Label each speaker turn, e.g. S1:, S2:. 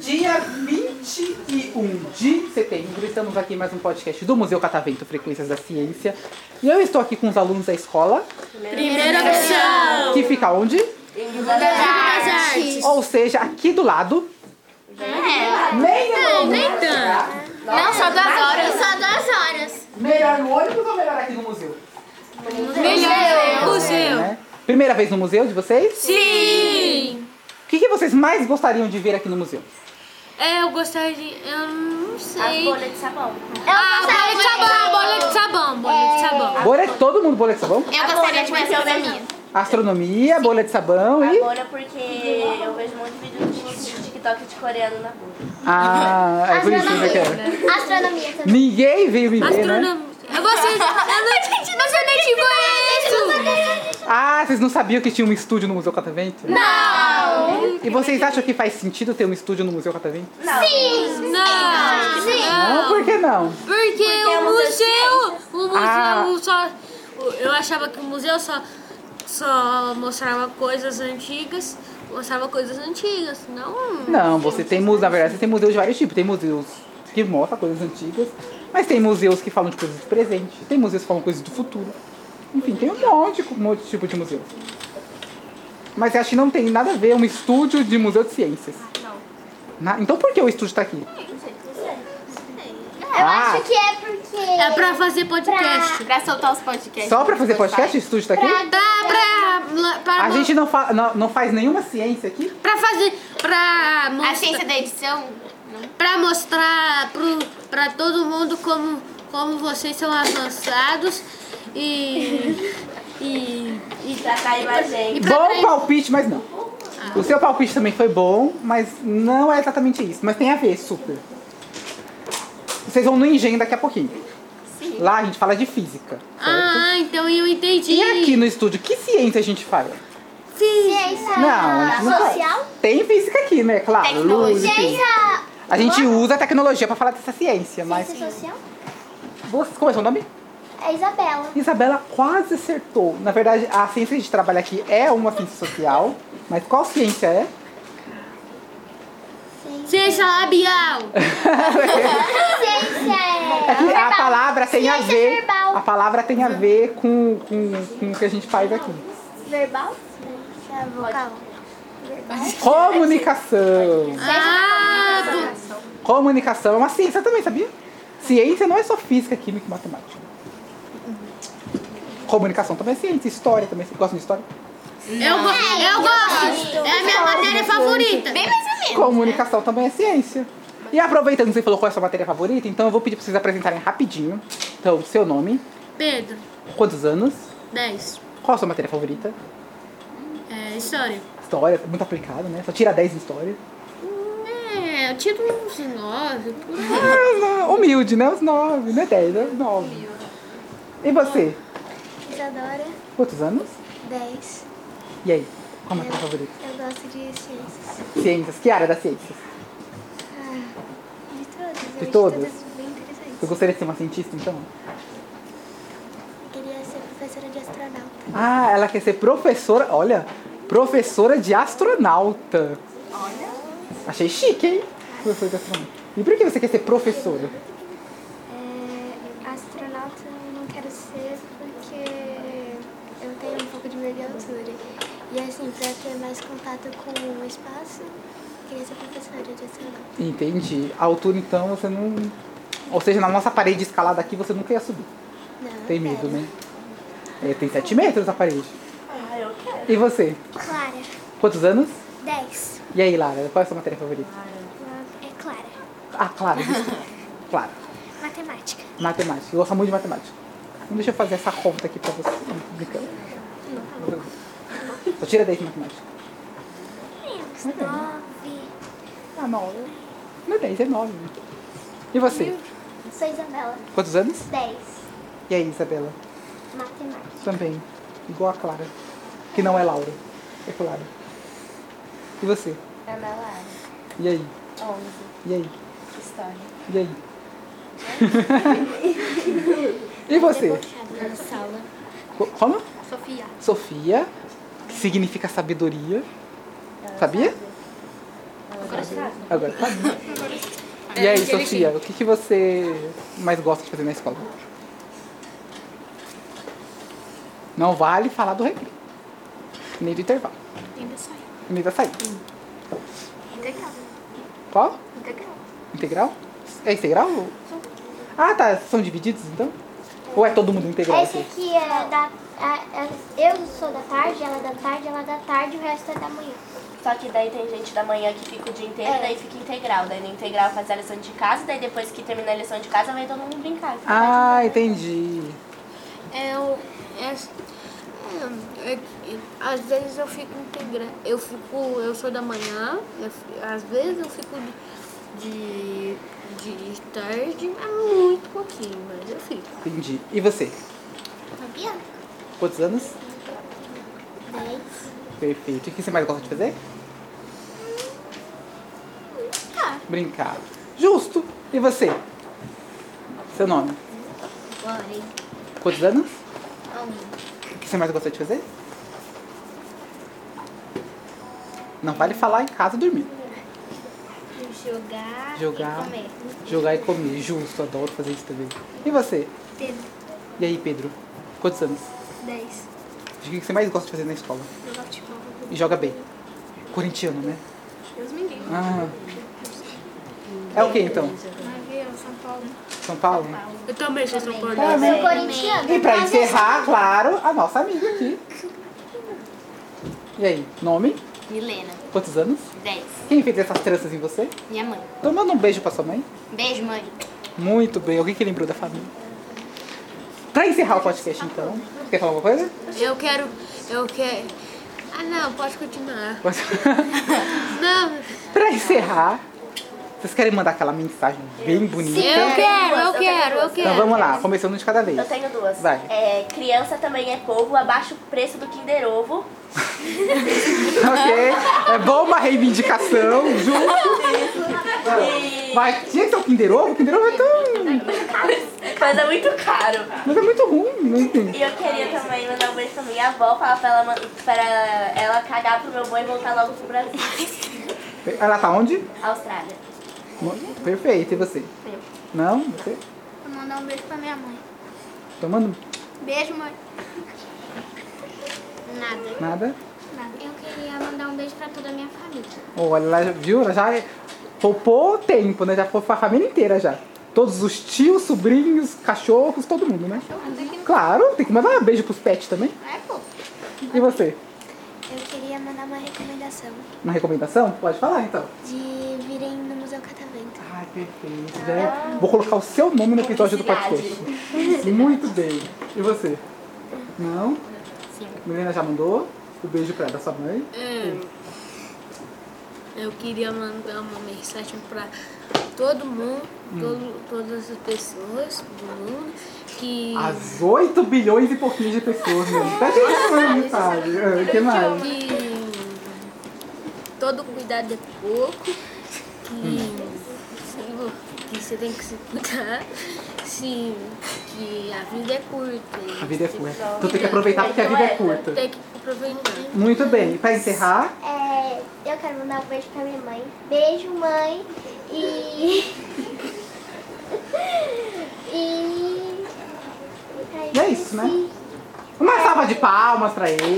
S1: Dia 21 de setembro, estamos aqui em mais um podcast do Museu Catavento Frequências da Ciência. E eu estou aqui com os alunos da escola,
S2: Primeira versão!
S1: que fica onde?
S2: Das artes!
S1: Ou seja, aqui do lado. Meia no
S2: É. nem tanto. Não, só das horas. Só das horas.
S1: Melhor no ônibus ou melhor aqui no museu?
S2: Melhor
S1: Né? Primeira vez no museu de vocês?
S3: Sim!
S1: O que, que vocês mais gostariam de ver aqui no museu?
S3: É, eu gostaria de. Eu não sei.
S4: As bolhas de sabão.
S3: Ah, bolha de sabão, É. bolha de sabão, bolha de sabão.
S1: Bolha, todo mundo bolha de sabão?
S2: Eu gostaria de conhecer a minha.
S1: Astronomia, bolha de sabão
S4: é A
S1: e.
S4: bolha porque eu vejo muito vídeo de TikTok de coreano na bolha.
S1: Ah, é por isso que eu quero.
S2: Astronomia também.
S1: Ninguém veio me ver, né?
S3: Astronomia. Eu gostaria de. Eu não, Tipo, mas eu nem é, te conheço!
S1: Ah, vocês não sabiam que tinha um estúdio no Museu Catavento? Não! E vocês acham que faz sentido ter um estúdio no Museu Catavento?
S3: Não!
S1: Não,
S3: Não!
S1: por que não?
S3: é. Porque o museu. O museu
S1: Ah.
S3: só. o- Eu achava que o museu só, só mostrava coisas antigas. Mostrava coisas antigas, não.
S1: Não, você tem museu, na verdade, você tem museus de vários tipos. Tem museus que mostram coisas antigas, mas tem museus que falam de coisas do presente, tem museus que falam coisas do futuro. Enfim, tem um monte, um monte de tipo de museu. Mas eu acho que não tem nada a ver um estúdio de museu de ciências. Não. então por que o estúdio está aqui?
S2: Eu
S1: Ah.
S2: acho que é porque.
S3: É pra fazer podcast.
S2: Pra soltar os podcasts.
S1: Só para fazer podcast, o estúdio está aqui?
S3: Dá pra. pra
S1: A gente não, fa- não- não faz nenhuma ciência aqui?
S3: Pra fazer. Pra mostrar.
S2: A ciência da edição. não.
S3: Pra mostrar pro, pra todo mundo como, como vocês são avançados e. e. e
S4: Já caiu a gente.
S3: pra
S1: Bom
S3: trás.
S1: palpite, mas não. O seu palpite também foi bom, mas não é exatamente isso. Mas tem a ver, super. Vocês vão no engenho daqui a pouquinho. Lá a gente fala de física. certo?
S3: ah, então eu entendi.
S1: E aqui no estúdio, que ciência a gente fala?
S5: Ah,
S2: Ciência.
S1: Não, a gente não fala. Tem física aqui, né? Claro. Luz,
S2: Tecnologia.
S1: enfim. a gente usa a tecnologia pra falar dessa ciência, mas.
S2: social?
S1: Você, como é seu nome?
S2: É Isabela.
S1: Isabela quase acertou. Na verdade, a ciência que a gente trabalha aqui é uma ciência social. Mas qual ciência é?
S3: Ciência labial.
S2: Ciência
S1: É que a palavra tem a
S2: Ciência
S1: ver.
S2: verbal.
S1: A palavra tem a ver com, com, com o que a gente faz aqui.
S2: verbal? Ciência vocal.
S1: Comunicação.
S3: Ah, tu-
S1: Comunicação é uma ciência também, sabia? Ciência não é só física, química e matemática. Comunicação também é ciência, história também. Você gosta de história?
S3: eu, go- eu gosto. É a minha matéria favorita.
S2: Bem mais ou menos.
S1: Comunicação também é ciência. E aproveitando que você falou qual é a sua matéria favorita, então eu vou pedir pra vocês apresentarem rapidinho. Então, seu nome,
S3: Pedro,
S1: quantos anos,
S3: 10.
S1: qual a sua matéria favorita?
S3: É, história.
S1: História, muito aplicado, né? Só tira 10 em história.
S3: É, eu tiro uns 9 por aí.
S1: Ah, Humilde, né? Os nove, não é dez, né? Os nove. E você?
S5: Isadora,
S1: Quantos anos?
S5: 10.
S1: E aí? Qual a matéria favorita?
S5: Eu gosto de ciências.
S1: Ciências. Que área da ciências?
S5: De todas. eu
S1: De
S5: acho
S1: todas?
S5: bem interessantes.
S1: Você gostaria de ser uma cientista, então?
S5: Eu queria ser professora de astronauta.
S1: Ah, ela quer ser professora. Olha, professora de astronauta. Olha. Achei chique, hein? Professora de astronauta. E por que você quer ser professora?
S5: É, astronauta eu não quero ser porque eu tenho um pouco de medo de altura. E assim, pra ter mais contato com o espaço, eu queria ser professora de astronauta.
S1: Entendi. A altura, então, você não. Ou seja, na nossa parede escalada aqui, você nunca ia subir.
S5: Não,
S1: Tem medo, né? É, tem 7 metros a parede.
S4: Ah, eu quero.
S1: E você?
S5: Clara,
S1: Quantos anos?
S5: 10.
S1: E aí, Lara, qual é a sua matéria favorita?
S5: É Clara.
S1: Ah, claro, desculpa. claro.
S5: Matemática.
S1: Matemática. Eu gosto muito de matemática. Não deixa eu fazer essa conta aqui pra você. Não, brincando. Só tira 10 de matemática.
S5: Menos.
S1: Muito bem.
S5: 9.
S1: Ah, 9. Não é 10, é 9. E você?
S5: Sou Isabela.
S1: Quantos anos?
S5: 10.
S1: E aí, Isabela?
S5: Matemática.
S1: Também. Igual a Clara. Que não é Laura. É Clara. E você?
S4: Ana Lara,
S1: E aí?
S4: 11.
S1: E aí?
S4: História.
S1: E aí? E você?
S5: Na sala.
S1: Co- Como?
S5: Sofia.
S1: Sofia, que significa sabedoria. Sabia? Agora sabe. E aí, Sofia, o que, que você mais gosta de fazer na escola? Não vale falar do recreio. Nem do intervalo. Nem da saída.
S5: Integral.
S1: Qual?
S5: Integral.
S1: Integral? É integral? Ah, tá. São divididos, então? Ou é todo mundo integral?
S6: Esse aqui é da. a- a- eu sou da tarde, ela é da tarde, ela é da tarde, o resto é da manhã.
S4: Só que daí tem gente da manhã que fica o dia inteiro, daí fica integral. Daí no integral faz a lição de casa, daí depois que termina a lição de casa vai todo mundo brincar.
S1: Ah, entendi.
S3: Eu, um, é, é, é, às vezes eu fico integra eu fico, eu sou da manhã, eu fi- às vezes eu fico de, de, de tarde, mas muito pouquinho, mas eu fico.
S1: Entendi. E você?
S6: Sabia?
S1: Quantos anos?
S6: Dez.
S1: Perfeito. E o que você mais gosta de fazer?
S6: Hum,
S1: Brincar. Brincar. Justo. E você? Seu nome? Quantos anos?
S6: Ah,
S1: Um. O que você mais gosta de fazer? Não vale falar em casa dormir.
S6: Jogar.
S1: Jogar. Jogar e comer. Justo, adoro fazer isso também. E você?
S6: Pedro.
S1: E aí, Pedro? Quantos anos?
S6: Dez.
S1: O que você mais gosta de fazer na escola?
S6: Jogar futebol.
S1: E joga bem. Corintiano, né?
S6: Deus me livre.
S1: Ah. É o que então?
S6: é São Paulo.
S1: São Paulo?
S3: Eu também sou São Paulo.
S6: Eu sou corintiana.
S1: E pra
S4: é
S1: encerrar, claro, a nossa amiga aqui. E aí, nome?
S2: Milena,
S1: Quantos anos?
S2: 10.
S1: Quem fez essas tranças em você?
S2: Minha mãe.
S1: Então manda um beijo pra sua mãe.
S2: Beijo, mãe.
S1: Muito bem, alguém que lembrou da família. Pra encerrar o podcast então, quer falar alguma coisa?
S3: Eu quero, eu quero. Ah não, pode continuar.
S1: Pode-
S3: Não,
S1: pra encerrar, vocês querem mandar aquela mensagem bem bonita?
S3: eu quero, eu
S4: Eu tenho
S3: quero, eu
S4: duas.
S1: Então
S3: quero.
S1: vamos lá, começando de cada vez.
S4: Eu tenho duas.
S1: Vai.
S4: É, criança também é povo, abaixa o preço do Kinder Ovo.
S1: Ok? É bom uma reivindicação, junto. Vai, gente, é o Kinder Ovo? O Kinder Ovo é tão...
S4: Mas é muito caro.
S1: Mas é muito ruim, não entendi.
S4: E eu queria também mandar um beijo pra minha avó, falar pra ela, man- pra ela cagar pro meu boi e voltar logo pro Brasil.
S1: Ela tá onde?
S4: Austrália.
S1: Mo- Perfeito, e você?
S4: Eu.
S1: Não? Você?
S6: Vou mandar um beijo pra minha mãe.
S1: Tomando
S6: Beijo, mãe. Nada.
S1: nada?
S6: Eu queria mandar um beijo pra toda a minha família.
S1: Olha, ela já- viu? Ela já poupou tempo, né? Já poupou a família inteira já. Todos os tios, sobrinhos, cachorros, todo mundo, né? Claro, tem que mandar um beijo pros pets também.
S6: É, pô.
S1: E você?
S5: Eu queria mandar uma recomendação
S1: Uma recomendação? Pode falar então.
S5: de virem no Museu Catavento.
S1: Ai, perfeito. Já- Vou colocar o seu nome no episódio do podcast. Muito bem. E você? Não? Sim. Milena já mandou o beijo pra ela, da sua mãe.
S3: É. Eu queria mandar uma mensagem para todo mundo, todo- todas as pessoas do mundo que
S1: As 8 bilhões e pouquinho de pessoas, né? Tá chegando, sabe? Ah, O que mais?
S3: que todo cuidado é pouco, que, se vo- que você tem que se cuidar, se, que a vida é curta.
S1: A vida é curta. Então tem que aproveitar porque a vida é curta.
S3: Tem que aproveitar.
S1: Muito bem. E pra encerrar,
S6: É, eu quero mandar um beijo pra minha mãe. Beijo, mãe. E. e. Ai,
S1: E é isso, né?
S6: esqueci.
S1: uma salva de palmas pra ele.